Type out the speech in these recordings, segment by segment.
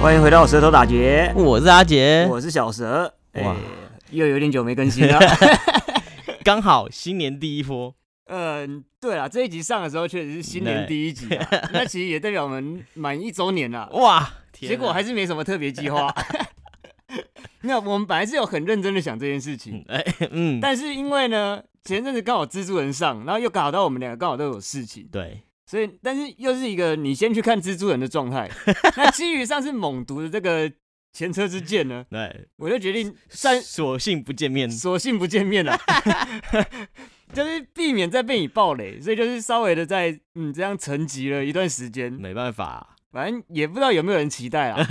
欢迎回到舌头打结，我是阿杰，我是小蛇。哎嗯哇，又有点久没更新 了。刚好新年第一波，嗯，对了，这一集上的时候确实是新年第一集啊， 那其实也代表我们满一周年了。哇！天啊结果还是没什么特别计 划。那我们本来是有很认真的想这件事情，哎 嗯，但是因为呢，前阵子刚好蜘蛛人上，然后又搞到我们两个刚好都有事情，对所以但是又是一个你先去看蜘蛛人的状 态。那基于上次猛毒的这个前车之鉴呢，对，我就决定三索性不见 面，索性不见面了， 就是避免再被你暴雷，所以就是稍微的在嗯这样沉寂了一段时间，没办法，啊反正也不知道有没有人期待 啊，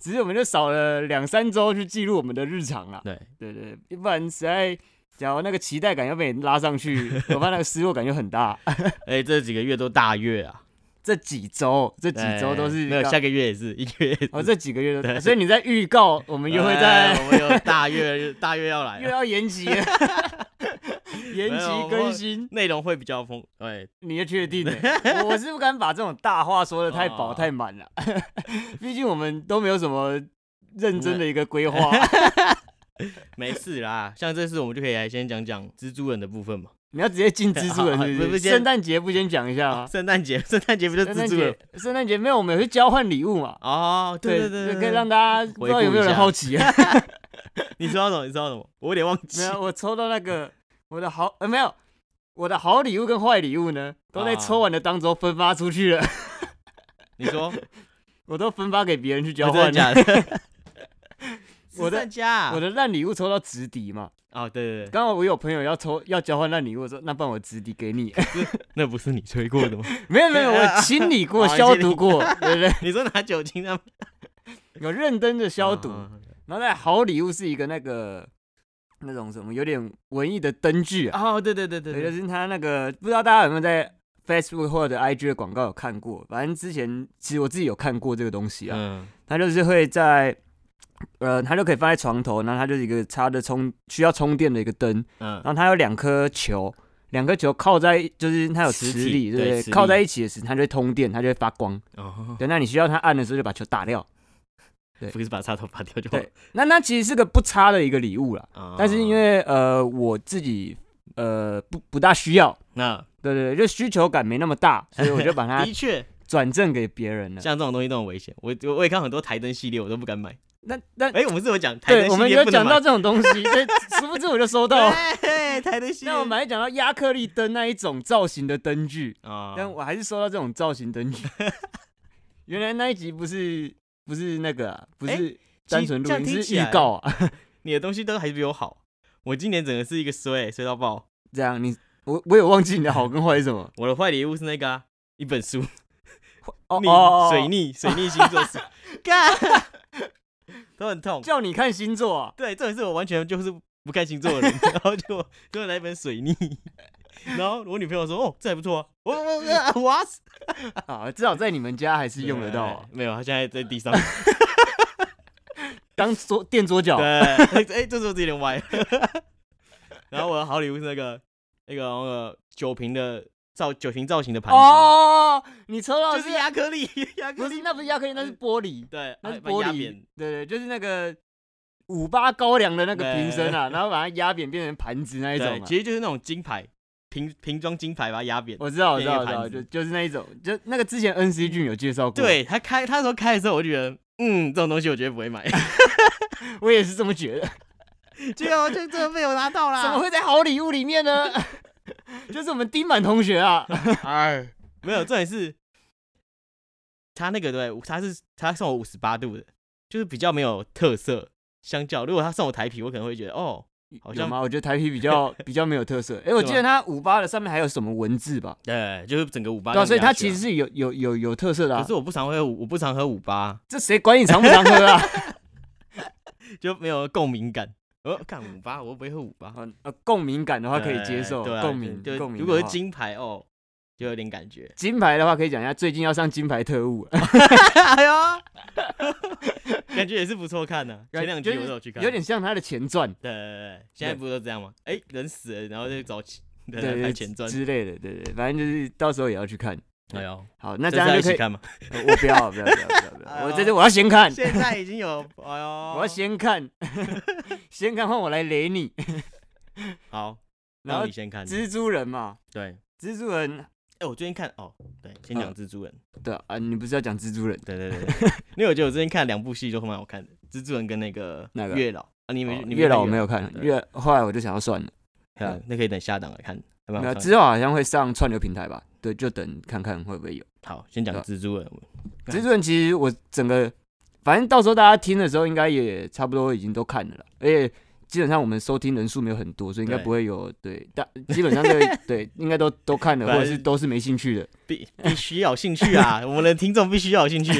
只是我们就少了两三周去记录我们的日常啊，对，对对对，不然实在。假如那个期待感要被你拉上 去，我怕那个失落感就很大。哎，这几个月都大月啊，这几周，这几周都哎是没有，刚下个月也是一个月也是，哦，这几个月都，对所以你在预告我们约会在哎我 们有大月，大月要来啊又了，要延 期了，延期更新。内容会比较丰，哎，你也确 定、欸？我是不敢把这种大话说的太饱哦太满了， 毕竟我们都没有什么认真的一个规划。没事啦，像这次我们就可以来先讲讲蜘蛛人的部分嘛， 你要直接 进蜘蛛人好是不不是？是先圣诞节不先讲一下吗？圣诞节， 圣诞节不就圣诞蜘蛛人节，圣诞节没有，我们有去交换礼物嘛？哦，对对对，可以对让大家不知道有没有人好奇 啊？你知道什么？你知道什么？我有点忘记没，有，我抽到那个我的好呃没有，我的好礼物跟坏礼物呢，都在啊抽完的当中分发出去了， 你说我都分发给别人去交啊真的换了。假的？ 我的慈善家，啊我的烂礼物抽到直敌嘛，哦，对对对，刚好我有朋友要抽要交换烂礼物，我说那不然我直敌给你。 那不是你吹过的吗？没有没有，我清理过、消毒过， 对不对？ 你说拿酒精那有认真的 消毒。哦然后那好礼物是一个那个那种什么有点文艺的灯具啊，哦，对对对对对，就对，是它那个不知道大家有没有在 Facebook 或者 IG 的广告有看过，反正之前其实我自己有看过这个东西啊，嗯，它就是会在。呃，它就可以放在床头，然后它就是一个插着充需要充电的一个灯，嗯然，后它有两颗球，两颗球靠在就是它有磁磁体力，对不对对？磁力靠在一起的时候，它就会通电，它就会发光。哦， 对，那你需要它按的时候就把球打掉。对不是把插头拔掉就好对，那那其实是个不差的一个礼物啦，哦但是因为呃我自己呃不不大需要，那对对对，就需求感没那么大，所以我就把 它的确转赠给别人了。像这种东西都很危险，我我我也看很多台灯系列我都不敢 买。那那哎，我们是有讲台对，灯系列我们有不能讲买到这种东西，对， 殊不知我就收到。对啊台灯系列，那我们还讲到亚克力灯那一种造型的灯具，啊，但我还是收到这种造型 灯具。原来那一集不是不是那个、啊，不哎是单纯录这样音，听是起预来告啊。你的东西都还比我好。我今年整个是一个衰衰到爆。这样你我我有忘记你 的好跟坏是什么。我的坏礼物是那个啊、一本书，哦逆水逆水逆星座书， 干 都很痛。叫你看星座啊，对，这点是我完全就是不看星座 的人，然后就就来一本水逆， 然后我女朋友说哦这还不错啊，我我我我啊，至少在你们家还是用得到、啊，没有，她现在在地上。当桌垫桌脚对，。哎、这是我自己有点歪。 然后我的好礼物是那个那个那个酒瓶的造酒瓶造型的盘子，哦，你抽到就的是是亚克力，亚克不力是那不是亚克力，那是玻璃，对，那是把玻压璃扁，对对，就是那个五八高粱的那个瓶身啊，然后把它压扁变成盘子那一种对，啊。其实就是那种金牌瓶瓶装金牌把它压扁。我知道，我知道，我变知一道，个盘就子就是那一种，就那个之前 N C 君有介绍过，，对他开他那时候开的时候，我就觉得，嗯，这种东西我绝对不 会买。我也是这么觉得。结果就真的被我拿到怎么会在好礼物里面呢？ 就是我们丁满同学啊，哎，没有，重点是他那个对，他是他送我五十八度的，就是比较没有特色。相较如果他送我台啤，我可能会觉得哦， 好像有吗？我觉得台啤比 较比较没有特色。哎、我记得它五八的上面还有什么文字吧？对，就是整个五八、对啊、所以它其实。是有有有有特色的、可啊是。我不常会，我不常喝五八，这谁管你常不常喝啊？ 就没有共鸣感。我干五八，我又不会喝五八，嗯呃，共鸣感的话可以接受，对啊共鸣就共鸣的话。如果是金牌哦，就有点感觉。金牌的话，可以讲一下最近要上金牌特务了，哎呦， 感觉也是不错看 的、前两集就是我都有去看，有点像它的前传，对对对对，现在不是都这样吗？哎、人死了，然后就找起，对对拍对前传，之类的，对对，反正就是到时候也要去看。哎呦，好，那那这样一就可起以。看吗？呃我不要，不要，不要，不要，不哎要！我呦这次我要先看，现在已经 有，哎呦，我要先看， 先看，换我来雷你。好，然那后你先看。蜘蛛人嘛，对，蜘蛛人，哎，我最近看哦，对，先讲嗯蜘蛛人。对啊，你不是要讲蜘蛛人？对对对， 对因为我觉得我最近看两部戏都蛮好看的，《蜘蛛人》跟那个哪个月老啊，你哦们你月老我没有看，对月后来我就想要算了，对啊那可以等下档来看，还蛮那好看的之后好像会上串流平台吧？对，就等看看会不会有。好，先讲对啊蜘蛛人，嗯蜘蛛人其实我整个，反正到时候大家听的时候应该也差不多已经都看了了，而且基本上我们收听人数没有很多，所以应该对不会有对，但基本上对 对应该都都看了，反或正者是都是没兴趣的。必 必须要有兴趣啊！我们的听众必须要有 兴趣。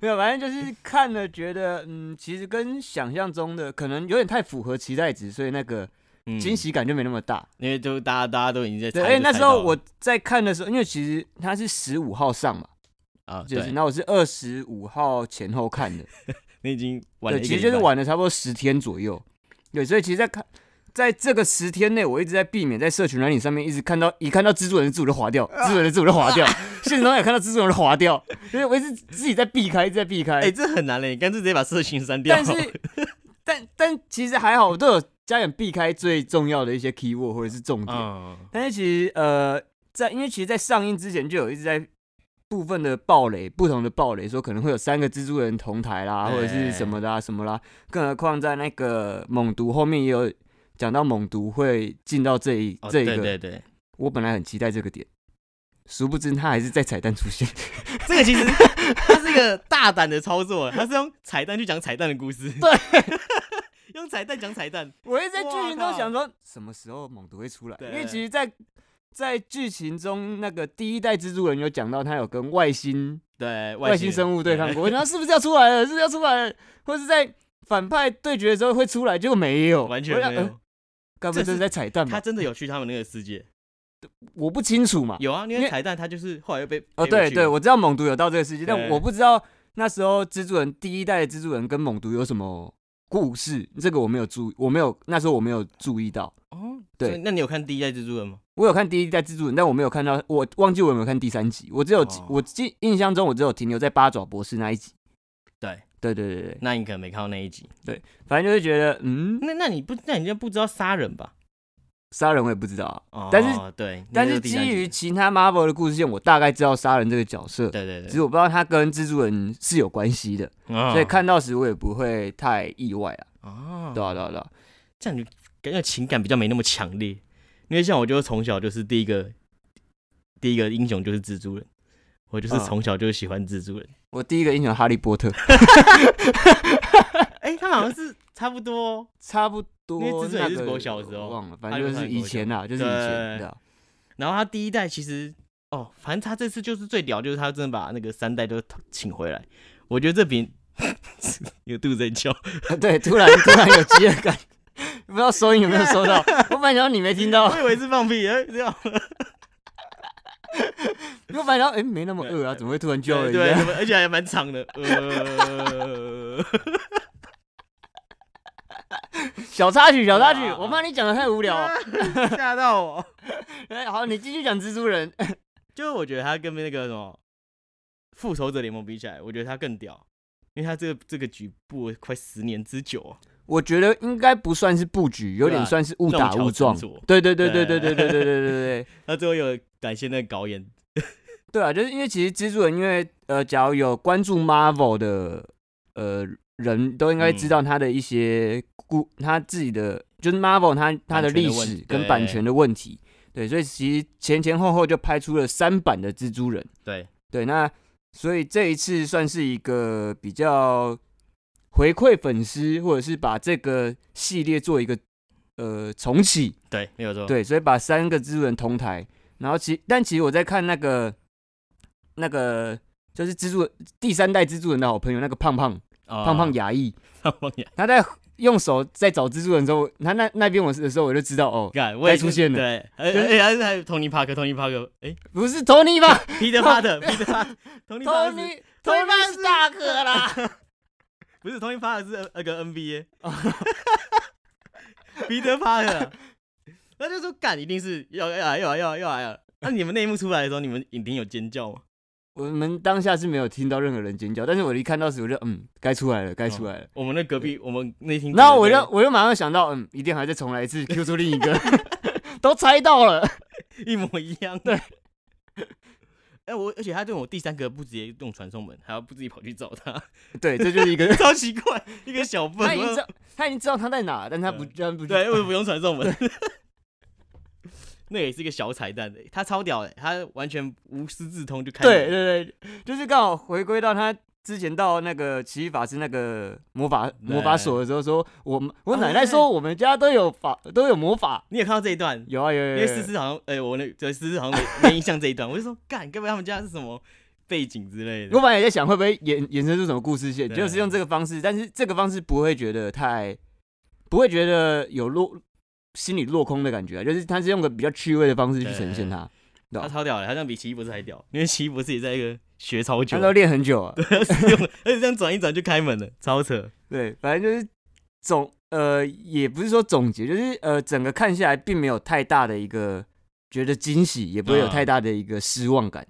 没有，反正就是看了觉得嗯，其实跟想象中的可能有点太符合期待值，所以那个嗯惊，喜感就没那么大。因为就大家大家都已经在对，猜而且就那猜时候到了我在看的时候，因为其实它是十五号上嘛，啊，就对，是那我是二十五号前后看的，你已经玩了对，一个其实就是礼拜晚了差不多十天左右。对，所以其实在看，在这个十天内，我一直在避免在社群软体上面一直看到，一看到蜘蛛人的字我就划掉，蜘蛛人的字我就划掉，现实中也看到蜘蛛人就划掉， 所以我一直自己在避开，一直在避开。哎，这很难嘞，你干脆直接把社群删掉。但 是，但但其实还好，我都有加点避开最重要的一些 keyword 或者是重点。嗯，但是其实呃，在因为其实，在上映之前就有一直在部分的暴雷，不同的暴雷说可能会有三个蜘蛛人同台啦，哎或者是什么的、啊、什么啦。更何况在那个猛毒后面也有讲到猛毒会进到这一、哦这一个，对对对，我本来很期待这个点。殊不知他还是在彩蛋出现，这个 其实它是一个大胆的操作，它是用彩蛋去讲彩蛋的故事。对， 用彩蛋讲彩蛋。我一直在剧哇情中靠想说什么时候猛毒会出来，因为对其实在，在剧情中那个第一代蜘蛛人有讲到他有跟外星对，外星物。生物对抗 国，我想是不是要出来了？是不是要出来了？或是在反派对决的时候会出来，结果没有，完全我呃想没。呃有。该不会这这是是在彩蛋他吧？真的有去他们那个世界，我不清楚嘛。有啊，因因为为彩蛋他就是后来又被哦，被对去对，我知道猛毒有到这个世界，但对我不知道那时候蜘蛛人第一代的蜘蛛人跟猛毒有什么故事，这个我没有注，我没有那时候我没有注意到。哦，对所以那你有看第一代蜘蛛人吗？我有看第一代蜘蛛人，但我没有看到，我忘记我有没有看第三集。我只有、哦我记印象中，我只有停留在八爪博士那一集。对，对对对对，那你可能没看到那一集。反正就是觉得，嗯，那那你不，那你就不知道杀人吧？杀人我也不知道啊、哦，但是对，但那就是第三基于集其他 Marvel 的故事线，我大概知道杀人这个角色，对对哦只对，是我不知道他跟蜘蛛人是有关系的，所所以看到时我也不会太意外啊。哦，对啊，对啊，对啊，这样你感觉情感比较没那么强烈，因为像我就从小就是第一个第一个英雄就是蜘蛛人，我就是嗯从小就喜欢蜘蛛人。我第一个英雄哈利波特，哎，他好像是差不多哦，差不多因为蜘蛛那人也个是国小的时我候忘了，反正就是以前啊，就是以对前，对啊，然后他第一代其实哦，反正他这次就是最屌，就是他真的把那个三代都请回来。我觉得这比 有肚子在叫，哦 对，突然突然有饥饿感， 不知道收音有没有收 到？我本来想说你没听到，我以为是放屁，哎，这样我本来想哎没那么饿啊，怎么会突然叫了对一对，下？怎么而且还蛮长的，呃， 小插曲，小插曲啊，我怕你讲的太无聊 哦。吓到我。哎，好，你继续讲蜘蛛人。 就是我觉得他跟那个什么复仇者联盟比起来，我觉得他更屌，因为他这个这个局布了快十年之久啊，我觉得应该不算是布局，有点算是误打误撞弄巧成。拙对对对对对对对对对对对对对他最后有感谢那个导演，对啊！就是因为其实蜘蛛人，因为呃，假如有关注 Marvel 的呃人都应该嗯知道他的一些故，他自己的就是 Marvel 他他的版权的历问史题跟对版权的问题。对，所以其实前前后后就拍出了三版的蜘蛛人。对，对，那所以这一次算是一个比较回馈粉丝，或者是把这个系列做一个呃重启。对，没有错，，对，所以把三个蜘蛛人同台，然后其但其实我在看那个那个就是蜘蛛第三代蜘蛛人的好朋友那个胖胖胖胖牙医，哦 胖胖牙，他在用手在找蜘蛛人的时候，他那那边我是的时候我就知道哦，看我也该出现了对，而就是而且还是还有 Tony Parker，Tony Parker，哎不是 Tony 吧，Peter Parker，Peter Parker，Tony Parker ？Tony Tony 是大哥啦。不是 Tony Parker 是呃那个 NBA，Peter 啊 Parker，他就说干一定是要要来要来要来要来了，那、你们那一幕出来的时候，你们影厅有尖叫吗？ 我们当下是没有听到任何人尖叫，但是我一看到时我就嗯，该出来了，该出来了。我们那隔壁，我们那厅，然后我就我就马上想到，嗯，一定还再重来一次，Q 出另一个， 都猜到了。一模一样。对。哎、我而且他对我第三个不直接用传送门，还要不自己跑去找 他，对，这就是一个超奇怪，一个小笨他已经知鹅。道他已经知道他在哪，但他不他不对，为什么不用传送门？ 那也是一个小彩蛋的、他超屌的、欸他完全无师自通就开门对对对，就是刚好回归到他之前到那个奇异法师那个魔法魔法所的时候说，我们我奶奶说我们家都有法都有魔法，你有看到这一段？有啊有有因有为思思好像，哎、我那对思思好像没没印象这一段，我就说干，该不会他们家是什么背景之类的？我本来也在想会不会衍衍生出什么故事线，对就是用这个方式，但是这个方式不会觉得太，不会觉得有落心里落空的感觉啊，就是他是用个比较趣味的方式去呈现它，他超屌的，他这样比奇异博士还屌，因为奇异博士也在一个学超久他，都练很久啊，而且这样转一转就开门了，超扯。对，反正就是总呃也不是说总结，就是呃整个看下来并没有太大的一个觉得惊喜，也不会有嗯太大的一个失望感，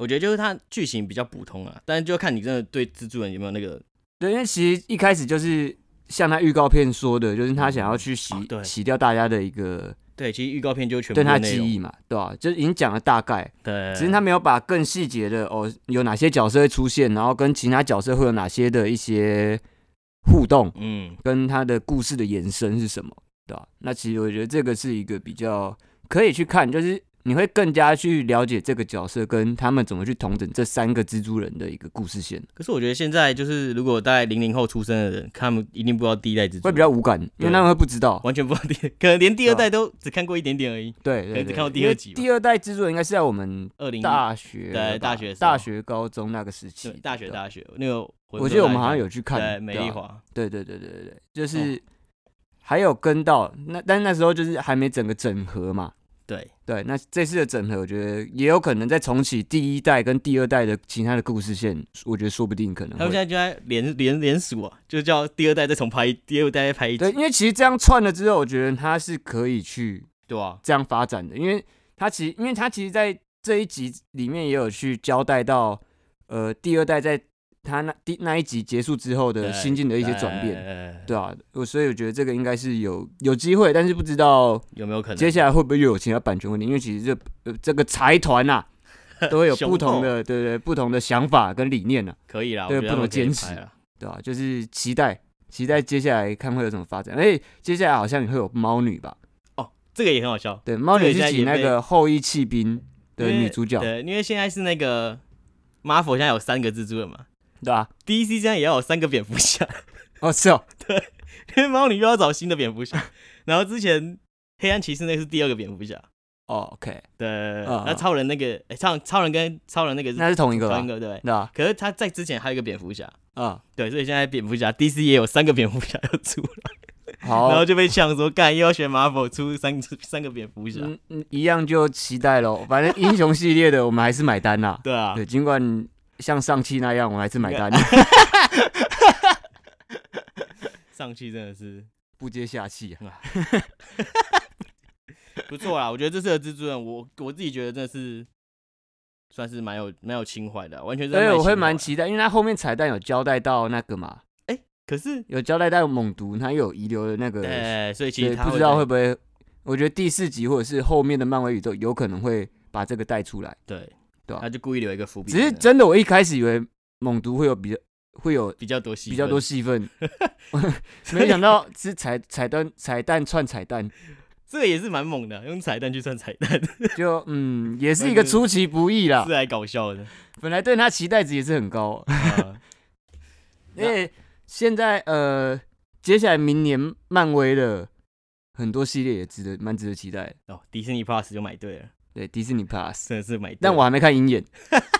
我觉得就是它剧情比较普通啊，但是就看你真的对蜘蛛人有没有那个对，因为其实一开始就是像他预告片说的，就是他想要去洗、哦对洗掉大家的一个。对，其实预告片就是全部对他的的内记容，嗯忆嘛，对吧、就已经讲了大概，对，只是他没有把更细节的哦，有哪些角色会出现，然后跟其他角色会有哪些的一些互动，嗯，跟他的故事的延伸是什么，对吧、那其实我觉得这个是一个比较可以去看，就是你会更加去了解这个角色跟他们怎么去统整这三个蜘蛛人的一个故事线，可是我觉得现在就是如果大概零零后出生的人，他们一定不知道第一代蜘蛛人，会比较无感，因对为他们会不知道。完全不知道第，可能连第二对啊代都只看过一点点而已。对可能对只对，看到第因二为集吧第二代蜘蛛人应该是在我们二零大学吧对大学的时候大学高中那个时期对，大学对大学那个，我记得我们好像有去看，对美对丽啊华，哦对对对对对对，就是还有跟到那，但是那时候就是还没整个整合嘛。对，对，那这次的整合，我觉得也有可能再重启第一代跟第二代的其他的故事线，我觉得说不定可能他们现会。在就在联联联署啊，就叫第二代再重拍一，第二代再拍一集对，，因为其实这样串了之后，我觉得它是可以去对啊，这样发展的，因为它其实，因为它其实，在这一集里面也有去交代到，呃，第二代在他那第那一集结束之后的对心境的一些转变，变，对，对啊，我所以我觉得这个应该是有有机会，但是不知道有没有可能？接下来会不会又有其他版权问题？因为其实这、呃这个财团 呐，都会有雄不同的，对对，不同的想法跟理念呐、可以啦，对我觉得他不能们可以坚持拍啦对吧、就是期待，期待接下来看会有什么发展。而且接下来好像也会有猫女吧？哦，这个也很好笑，对，猫女这个是现在也指那个后裔弃兵的因为女主角，对啊对，因为现在是那个 Marvel 现在有三个蜘蛛人嘛吧、 ，DC 现在也要有三个蝙蝠侠， 哦，是哦，因为猫女又要找新的蝙蝠 侠，然后之前黑暗骑士那个是第二个蝙蝠侠，哦，OK，对，嗯那超人那个，哎，超超人跟超人那个是那是同一个啊吧同一？个对，对吧？可是他在之前还有一个蝙蝠侠。啊、对，所以现在蝙蝠侠 DC 也有三个蝙蝠侠要出了，然后好。就被呛说，干又要选 Marvel 出三三个蝙蝠侠。。嗯嗯，一样就期待咯。反正英雄系列的我们还是买单啦对 啊，对，尽管像上期那样，我们还是买单， 上期真的是不接下气啊。不错啦。我觉得这次的蜘蛛人，我我自己觉得真的是算是蛮有蛮有情怀的啊，完全是在所以卖我会情怀蛮期待，因为他后面彩蛋有交代到那个嘛，可是，有交代到猛毒，他又有遗留的那个，哎，所以其对，实他不知道会不会，我觉得第四集或者是后面的漫威宇宙有可能会把这个带出来。对对啊他就故意留一个伏笔只在那，是真的，我一开始以为猛毒会有比较会有比较多戏，比较多。戏份，没想到是彩彩蛋彩蛋串彩蛋， 这个也是蛮猛的啊，用彩蛋去算彩蛋，就嗯也是一个出其不意啦是。啊还搞 笑的。本来对他期待值也是很高，啊因为现在呃接下来明年漫威的很多系列也值得蛮值得期待的。哦，迪士尼 Plus 就买对了，对，迪士尼 Plus，真的是买对了。但我还没看鹰眼。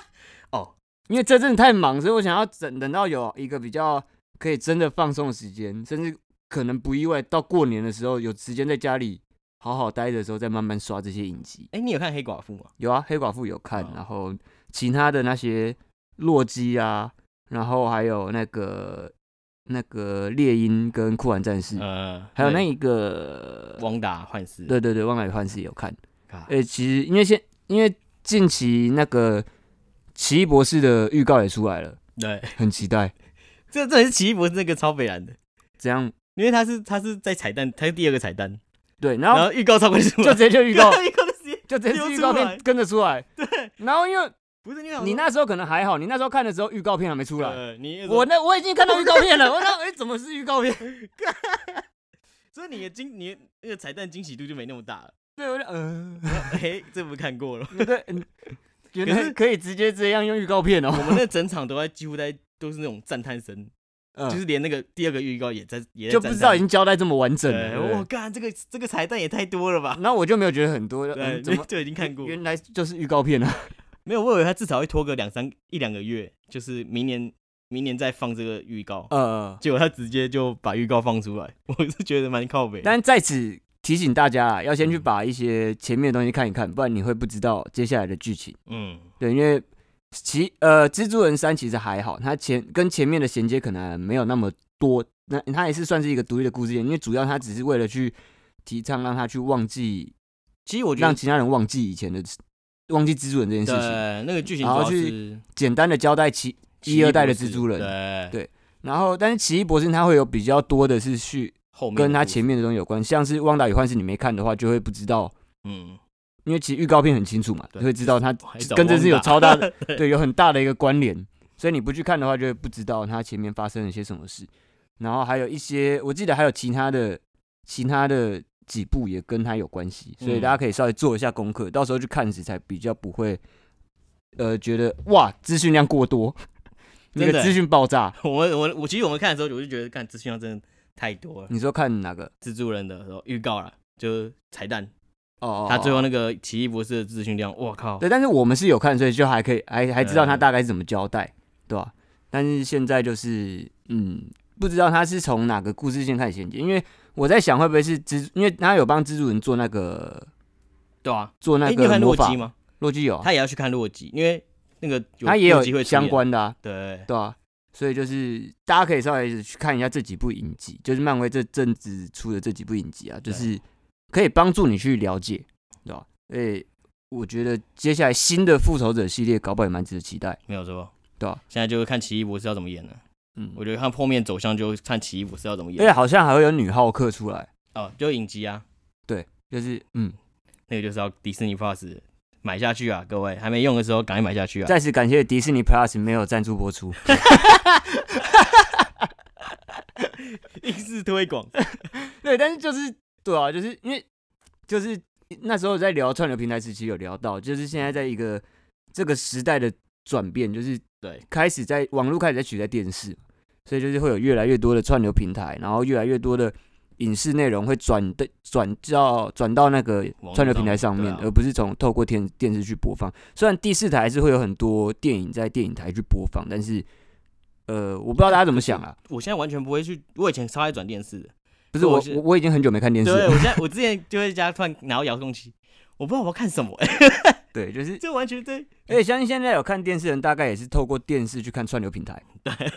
哦，因为这阵子太忙，所以我想要等等到有一个比较可以真的放松的时间，甚至可能不意外到过年的时候有时间在家里好好待着的时候，再慢慢刷这些影集。哎，你有看黑寡妇吗？有啊，黑寡妇有看哦，然后其他的那些洛基啊，然后还有那个那个猎鹰跟酷玩战士，呃，嗯还有那对一个汪达幻视，对对对，旺达与幻视也有看。啊，呃，其实因为现因为近期那个《奇异博士》的预告也出来了，对，很期 待。这这也是奇异博士那个超北蓝的，这样因为他是他是在彩蛋，他是第二个彩蛋，对，然然后后预告超快就出就来，直接就预告 预告的时间就直接流是预出告来片跟着出来。对，然后因为不是你想你那时候可能还好，你那时候看的时候预告片还没出出来，你我那我已经看到预告片了，我那哎、怎么是预告片？所以你的惊你的那个彩蛋惊喜度就没那么大了，对，我就 嗯、嘿，这不看过了，呃，对，嗯原可来是可以直接这样用预告片哦、我们那整场都在几乎在都是那种赞叹声， 嗯就是连那个第二个预告也在也在就不知道已经交代这么完整赞了。叹对不对对，我干这个这个彩蛋也太多了吧？然后我就没有觉得很多，对，嗯、就怎么 就已经看过，原来就是预告 片啊。没有，我以为他至少会拖个两三一两个月，就是明年明年再放这个预告，呃，结果他直接就把预告放出来， 我是觉得蛮靠北的。但在此提醒大家啊，要先去嗯把一些前面的东西看一看，不然你会不知道接下来的剧情。嗯，对，因为其呃，蜘蛛人三其实还好，它前跟前面的衔接可能没有那么多，那它也是算是一个独立的故事线，因为主要它只是为了去提倡让他去忘记，其实我觉让得其他人忘记以前的忘记蜘蛛人这件事情，对那个剧情然后主要去是简单的交代其奇异一二代的博士蜘蛛人。对对然后，但是奇异博士他会有比较多的是去后面的跟他故事前面的东西有关，像是《旺达与幻视》，你没看的话就会不知道，嗯因为其实预告片很清楚嘛，对就会知道它还找跟这汪是有达超大的对有很大的一个关联，所以你不去看的话就会不知道它前面发生了些什么事。然后还有一些，我记得还有其他的其他的几部也跟它有关系，所以嗯大家可以稍微做一下功课，到时候去看时才比较不会呃觉得哇资讯量过多， 那真的欸个资讯爆炸。 我们我我其实我们看的时候，我就觉得看资讯量真的太多了。你说看哪个？蜘蛛人的时候预告了，就是彩蛋，哦哦，哦他最后那个奇异博士的资讯量，我靠，对，但是我们是有看，所以就还可以，还还知道他哦嗯大概是怎么交代，对吧、但是现在就是，嗯，不知道他是从哪个故事线开始衔接，因为我在想会不会是蜘，因为他有帮蜘蛛人做那个对啊。做那哎，你有个看魔洛法基，吗？洛基有啊，他也要去看洛基，因为那个他也有机会出相演关的啊，对，对啊，所以就是大家可以稍微去看一下这几部影集，就是漫威这阵子出的这几部影集啊，就对是可以帮助你去了解，对吧、诶，我觉得接下来新的复仇者系列搞不好也蛮值得期待，没有错。对啊，现在就是看奇异博士要怎么演了。嗯，我觉得看后面走向就看奇异博士要怎么而且演。好像还会有女浩克出来，哦，就影集啊，就是嗯，那个就是要迪士尼 Plus 买下去啊，各位还没用的时候赶紧买下去啊。再次感谢迪士尼 Plus 没有赞助播出， 硬是推广， 对，但是就是对啊，就是因为就是那时候在聊串流平台时期有聊到，就是现在在一个这个时代的转变，就是对开始在网络开始在取代电视，所以就是会有越来越多的串流平台，然后越来越多的影视内容会转的转到转到那个络串流平台上上面，对啊而不是从透过电电视去播放。虽然第四台还是会有很多电影在电影台去播放，但是呃，我不知道大家怎么想啊。我现在完全不会去，我以前超爱转电视的。不是我我是我我已经很久没看电视对，了，我现在我之前就会在家突然拿到遥控器，我不知道我要看什么、哎，对，就是这完全对。而且相信现在有看电视的人，大概也是透过电视去看串流平 台。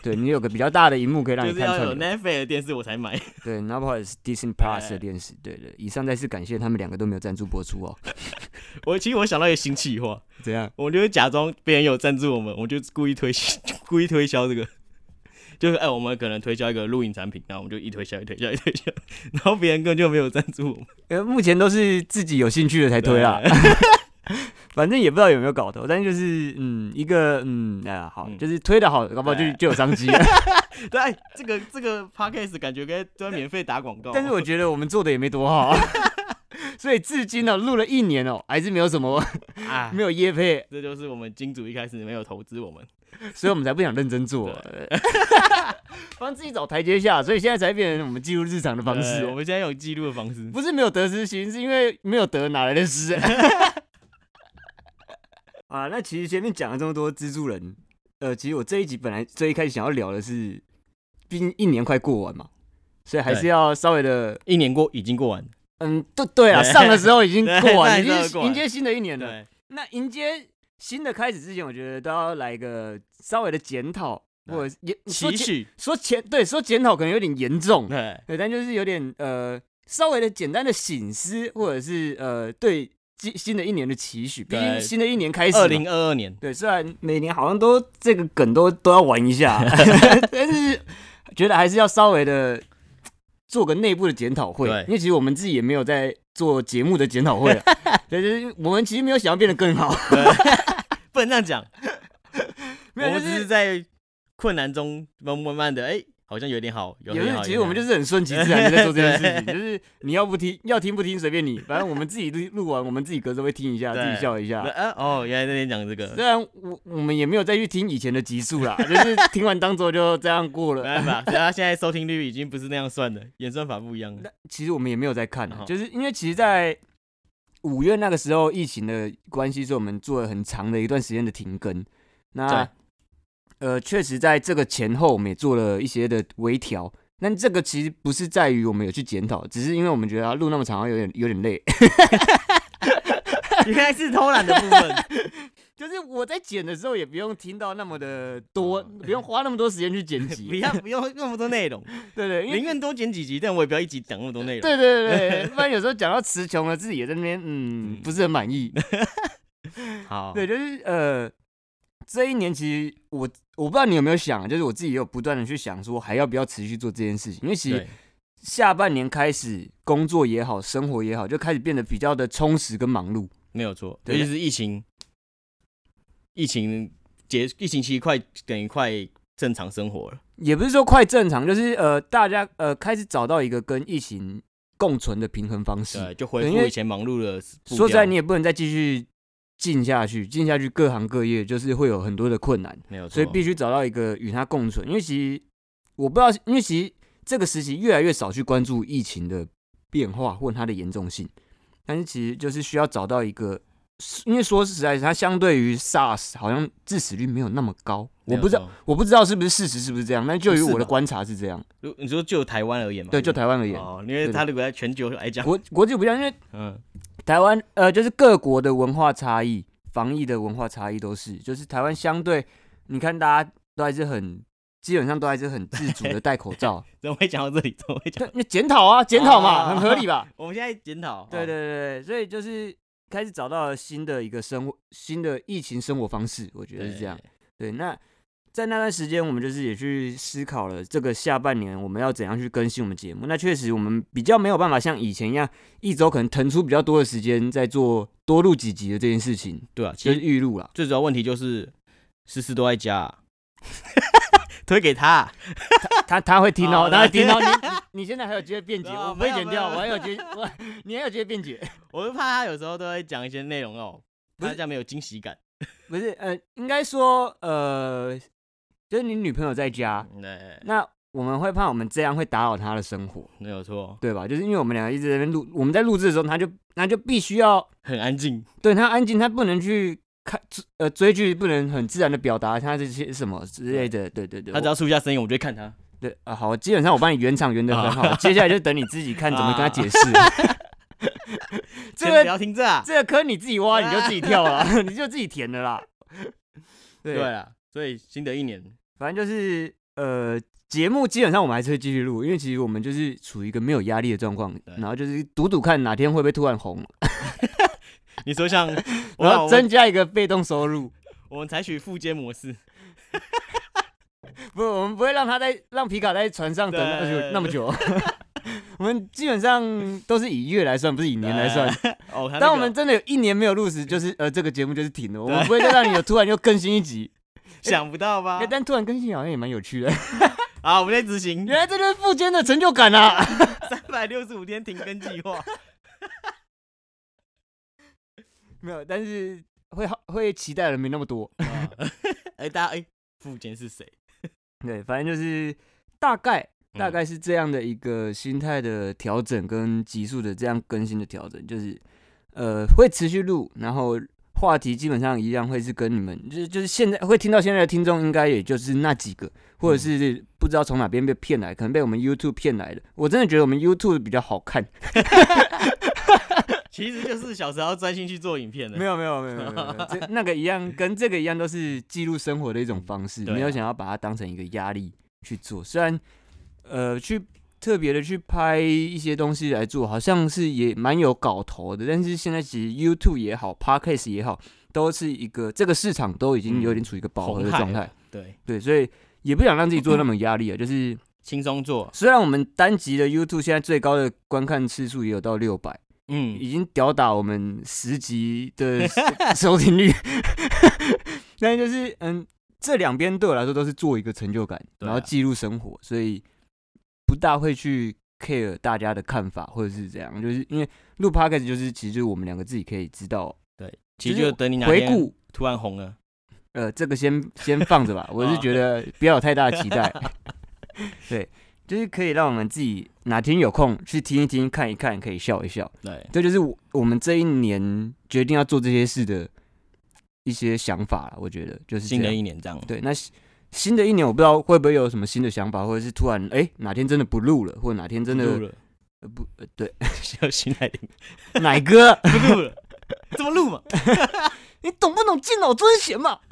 对，你有个比较大的荧幕可以让就你是看要串有流。 Netflix 的电视我才买。 对，然后或者是 Disney Plus 哎的电视。对对，以上再次感谢他们两个都没有赞助播出哦。我其实我想到一个新企划， 怎样？我们就会假装别人有赞助我们，我们就故意推故意推销这个，就是哎、我们可能推销一个录影产品，然后我们就一推销一推销一推销，然后别人根本就没有赞助我们。呃，目前都是自己有兴趣的才推啦， 反正也不知道有没有搞头，但是就是嗯，一个嗯，哎、呀好嗯，哎就是推的好，搞不好就对就有商机。对，哎，这个这个 podcast 感觉该专免费打广告， 但是我觉得我们做的也没多好、啊， 所以至今呢、录了一年哦、还是没有什么啊没，有业配，这就是我们金主一开始没有投资我们。所以我们才不想认真做， 帮自己找台阶下，所以现在才变成我们记录日常的方对我式。哦们现在有记录的方式。不是没有得失心，是因为没有得哪来的失？ 啊，那其实前面讲了这么多蜘蛛人，呃，其实我这一集本来最一开始想要聊的是，毕竟一年快过完嘛，所以还是对要稍微的，一年过已经过完了，嗯，对对啊，对上的时候已经对过完，上已的时经候过完迎接新的一年了。对，那迎接新的开始之前，我觉得都要来一个稍微的检讨，对或者也说期检许，说检对说检讨可能有点严重，对，对，但就是有点呃稍微的简单的醒思，或者是呃对新新的一年的期许，毕竟对新的一年开始嘛，二零二二年，对，虽然每年好像都这个梗都都要玩一下， 但是觉得还是要稍微的做个内部的检讨会对，因为其实我们自己也没有在做节目的检讨 会、啊，对，就是我们其实没有想要变得更好，不能这样讲，我没有，们就只是是在困难中慢慢慢的，哎，好像有点好，有也点是好。其实有点我们好就是很顺其自然的在做这件事 情，对就是你要不听要听不听随便你，反正我们自己录录完，我们自己隔着会听一下，自己对笑一下。呃哦，原来那天讲这个虽，然我我们也没有再去听以前的集数啦，就是听完当周就这样过没了。办法，所以他现在收听率已经不是那样算的，演算法不一样了。那其实我们也没有在看、啊哦，就是因为其实，在五月那个时候疫情的关系，所以我们做了很长的一段时间的停更。那对呃，确实在这个前后，我们也做了一些的微调。但这个其实不是在于我们有去检讨，只是因为我们觉得啊录那么长好像有点有点累。 原来是偷懒的 部分，就是我在剪的时候也不用听到那么的多，哦不用花那么多时间去剪辑。 不要不用那么多内容，对对，因为宁愿多剪几集，但我也不要一集讲那么多 内容。对对对对，不然有时候讲到词穷了，自己也在那边嗯嗯不是很满意。好，对，就是呃，这一年其实我我不知道你有没有想，啊就是我自己也有不断的去想说还要不要持续做这件事情，因为其实对下半年开始工作也好，生活也好，就开始变得比较的充实跟忙碌。没有错，尤对其是疫情，疫情结疫情期快等于快正常生活了。也不是说快正常，就是呃，大家呃开始找到一个跟疫情共存的平衡方式。对，就恢对因复为以前忙碌的步调。说实在，你也不能再继续进下去，进下去各行各业就是会有很多的困难。没有错，所以必须找到一个与它共存。因为其实我不知道，因为其实这个时期越来越少去关注疫情的变化或它的严重性，但是其实就是需要找到一个，因为说实在，它相对于 SARS 好像致死率没有那么高，我没有不知道错。。我不知道是不是事实是不是这样，但就于不是我的吧观察是这样。如你说就台湾而言嘛，对，就台湾而而言，哦，因为他如果在全球来讲，国国际不一样，因为嗯，台湾呃，就是各国的文化差异、防疫的文化差异都是，就是台湾相对，你看大家都还是很，基本上都还是很自主的戴口罩。 怎么会讲到这里？怎么会讲？对，那检讨啊，检讨嘛，啊很合理吧？我们现在检讨，哦对对对对，所以就是开始找到了新的一个生活，新的疫情生活方式，我觉得是这样。对，那在那段时间，我们就是也去思考了这个下半年我们要怎样去更新我们节目。那确实，我们比较没有办法像以前一样，一周可能腾出比较多的时间在做多录几集的这件事情，对啊，其就实是预录啦。最主要问题就是思思都在家、啊 推给他， 啊他他会听哦到，他会 听到你你你现在还有机会辩解，哦我不会没有剪掉，没我还有有 机会，我你还有机会辩解。我就怕他有时候都会讲一些内容哦，不他是这样没有惊喜感。 不是，呃，应该说，呃，就是你女朋友在啊家，对，那我们会怕我们这样会打扰她的生活，没有错，对吧？就是因为我们两个一直在那边录，我们在录制的时候，她就她就必须要很安静，对她安静，她不能去看呃追剧，不能很自然的表达她这些什么之类的，对对对。他只我要出一下声音，我就会看他。对啊、好，基本上我帮你圆场圆的很 好，接下来就等你自己看怎么跟她解释。 这啊先不个要听这啊，这个坑你自己挖，你就自己跳 了，你就自己填的啦。对啊，所以新的一年，反正就是呃，节目基本上我们还是会继续录，因为其实我们就是处于一个没有压力的状况，对然后就是赌赌看哪天会不会突然红，你说 像我然把后我们增加一个被动收入。我们采取副接模式，不，我们不会让他在让皮卡在船上等那对久那么久。我们基本上都是以月来算，不是以年来算。 哦，他那个当我们真的有一年没有录时，就是呃，这个节目就是停了。我们对不会再让你有突然又更新一 集，想不到吧哎？但突然更新好像也蛮有 趣的。好，我们在执行原来这就是富坚的成就感啊！三百六十五天停更计 划，没有，但是会好会期待的人没那么多。啊哎，大家哎，副监是谁？对，反正就是大概嗯大概是这样的一个心态的调整跟急速的这样更新的调整，就是呃会持续录，然后话题基本上一样会是跟你们，就是就是现在会听到现在的听众应该也就是那几个，或者是不知道从哪边被骗来，可能被我们 YouTube 骗来的。我真的觉得我们 YouTube 比较好看，其实就是小时候专心去做影片的没。有没有没有没有没有，没有这那个一样跟这个一样都是记录生活的一种方式，对啊没有想要把它当成一个压力去做。虽然呃去特别的去拍一些东西来做，好像是也蛮有搞头的。但是现在其实 YouTube 也好，Podcast 也好，都是一个这个市场都已经有点处于一个饱和的红海啊状态。了对，对，所以也不想让自己做那么有压力啊。就是轻松做，虽然我们单集的 YouTube 现在最高的观看次数也有到六百，嗯，已经吊打我们十集 的收听率， 但就是嗯，这两边对我来说都是做一个成就感，对啊然后记录生活，所以不大会去 care 大家的看法或者是怎样，就是因为录 podcast 就是其实就是我们两个自己可以知道对，其实就是就等你哪回天顾。突然红了，呃，这个先先放着 吧，我哦是觉得不要有太大的期待。 对，就是可以让我们自己哪天有空去听一听、看一看，可以笑一笑。对，这就是我我们这一年决定要做这些事的一些想法了。我觉得就是这新的样。一年这样，对，那新新的一年，我不知道会不会有什么新的想法，或者是突然哎、诶哪天真的不录了，或者哪天真不的录了，呃不呃对 小心来听，奶哥，不录了，怎么录嘛？ 你懂不懂敬老尊贤嘛？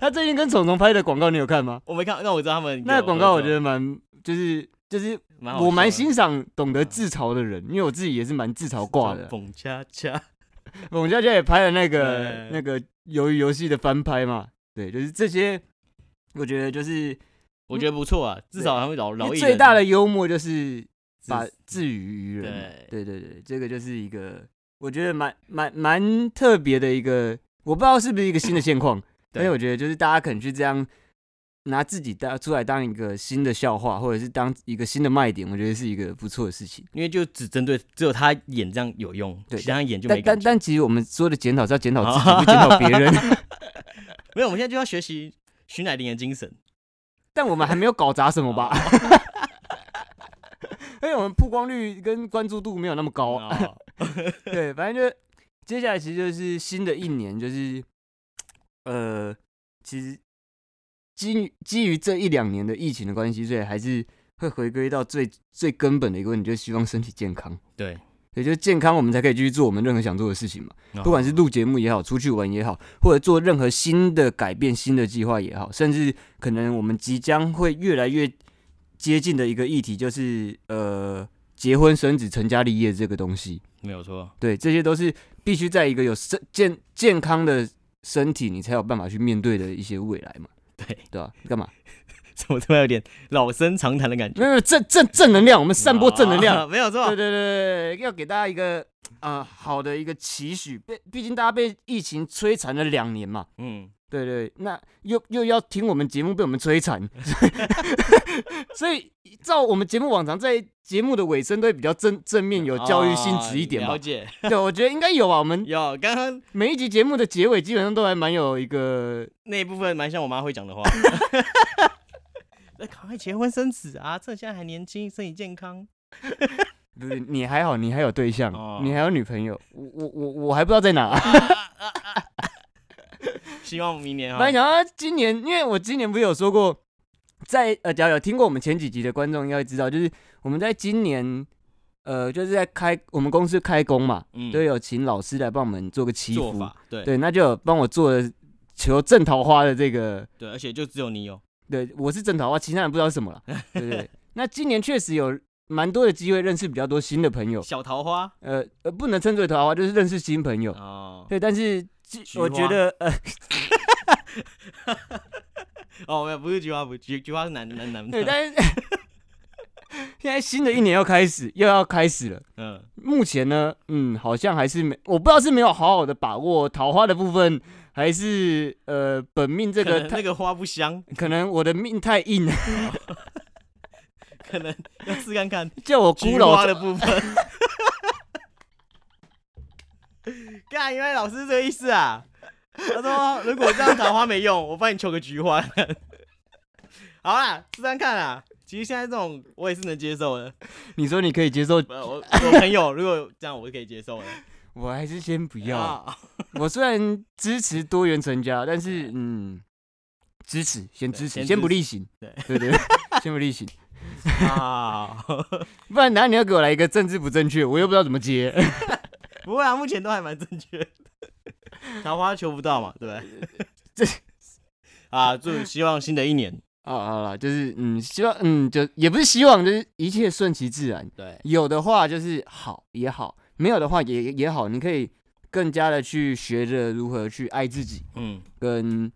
他最近跟虫虫拍的广告，你有看吗？我没看，那我知道他们那个广告我觉得得蛮就是就是蛮好笑的，嗯我蛮欣赏懂得自嘲的人，因为我自己也是蛮自嘲挂的。啊蹦恰恰，我们家家也拍了那个对那个鱿鱼游戏的翻拍嘛，对，就是这些，我觉得就是我觉得不错啊，至少他们老老艺人最大的幽默就是把自自娱于人嘛。对对对对，这个就是一个我觉得蛮蛮蛮特别的一个，我不知道是不是一个新的现况， 但对是我觉得就是大家可能去这样。拿自己当出来当一个新的笑话，或者是当一个新的卖点，我觉得是一个不错的事情。因为就只针对只有他演这样有用，对其他演就但没感但觉。但其实我们说的检讨是要检讨自 己，不检讨别人。 没有，我们现在就要学习徐乃麟的精神，但我们还没有搞砸什么吧？因为我们曝光率跟关注度没有那么高啊。哦， 对，反正就接下来其实就是新的一年，就是呃，其实基于基于这一两年的疫情的关系，所以还是会回归到最最根本的一个问题，就是希望身体健康。对，也就是健康，我们才可以继续做我们任何想做的事情嘛。哦不管是录节目也好，出去玩也好，或者做任何新的改变、新的计划也好，甚至可能我们即将会越来越接近的一个议题，就是呃，结婚、生子、成家立业这个东西。没有错，对，这些都是必须在一个有身健健康的身体，你才有办法去面对的一些未来嘛。对，对吧、你干嘛？怎么突然有点老生常谈的感觉？没有没有正正正能量，我们散播正能量啊，。 没有对错，对对，对要给大家一个啊、呃好的一个期许。毕毕竟大家被疫情摧残了两年嘛，嗯，对对，那又又要听我们节目被我们摧残， 所以照我们节目往常，在节目的尾声都会比较正正面，有教育性质一点啊吧哦了。解，对，我觉得应该有吧。我们有刚刚每一集节目的结尾基本上都还蛮有一个，那一部分蛮像我妈 会讲的话。那赶快结婚生子啊！趁现在还年轻，身体健康。不是你还好，你还有对象，哦啊你还有女朋友，我我我我还不知道在哪。希望明年啊本来，想要今年，因为我今年不是有说过，在呃，假如有听过我们前几集的观众应该会知道，就是我们在今年，呃，就是在开我们公司开工嘛，嗯都有请老师来帮我们做个祈做福，法，对对，那就有帮我做了求正桃花的这个，对，而且就只有你有，对，我是正桃花，其他人不知道是什么了，对对 对。那今年确实有蛮多的机会认识比较多新的朋友，小桃花呃呃，不能称之为桃花，就是认识新朋友，哦对，但是菊我觉花得呃。哦，没有，不是菊花，不是菊菊花是男男男对，的，但是 现在新的一年要开始，又要开始了。嗯，目前呢，嗯，好像还是没，我不知道是没有好好的把握桃花的部分，还是呃本命这这个个太那个花不香，可能我的命太硬，可能要试看看 叫我菊孤老。花的部分。 干，原来老师是这个意思啊！他说如果这样桃花没用，我帮你求个菊花。 好啦，试看看啊。其实现在这种我也是能接受的，你说你可以接受，不我我朋友如果这样我是可以接受的。我还是先不要。啊，我虽然支持多元成家，但是嗯，支持先对支持，先先不支持例行。对对对， 先不例行，啊， 不然哪你要给我来一个政治不正确，我又不知道怎么接。 不会啊，目前都还蛮正确的。 桃花求不到嘛，对不对？啊，祝希望新的一年啊，好了，就是嗯，希望嗯，就也不是希望，就是一切顺其自然。对，有的话就是好也好，没有的话也也好，你可以更加的去学着如何去爱自己，嗯，跟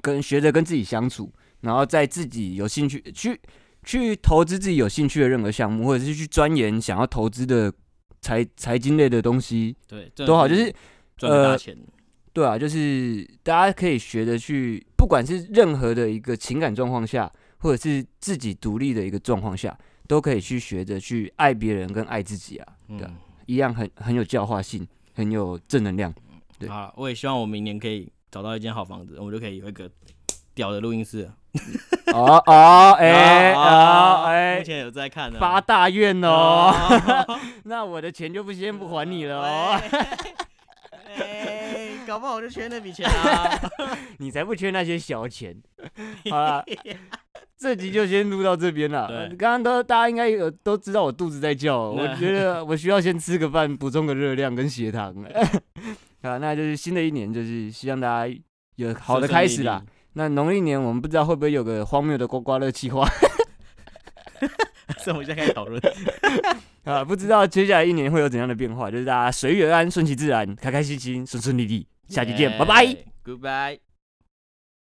跟学着跟自己相处，然后在自己有兴趣去去投资自己有兴趣的任何项目，或者是去钻研想要投资的财财经类的东西对，都好，就是赚很大呃钱，对啊，就是大家可以学着去，不管是任何的一个情感状况下，或者是自己独立的一个状况下，都可以去学着去爱别人跟爱自己啊，对啊嗯，一样很很有教化性，很有正能量。对好啦，我也希望我明年可以找到一间好房子，我们就可以有一个屌的录音室了。哦哦，哎啊哦目哎，前有在看的发大愿哦，哦，那我的钱就不先不还你了哦，哎。哎搞不好我就缺那笔钱啊！你才不缺那些小钱。 好了，这集就先录到这边了。对刚刚都大家应该有都知道我肚子在叫了，我对觉得我需要先吃个饭，补充个热量跟血糖。 好，那就是新的一年，就是希望大家有好的开始 啦。那农历年我们不知道会不会有个荒谬的刮刮乐计划 顺利一点，所以我们现在开始讨论。啊，不知道接下来一年会有怎样的变化，就是大家随缘安，顺其自然，开开心心，顺顺利利。下期见，拜拜。 ，Goodbye。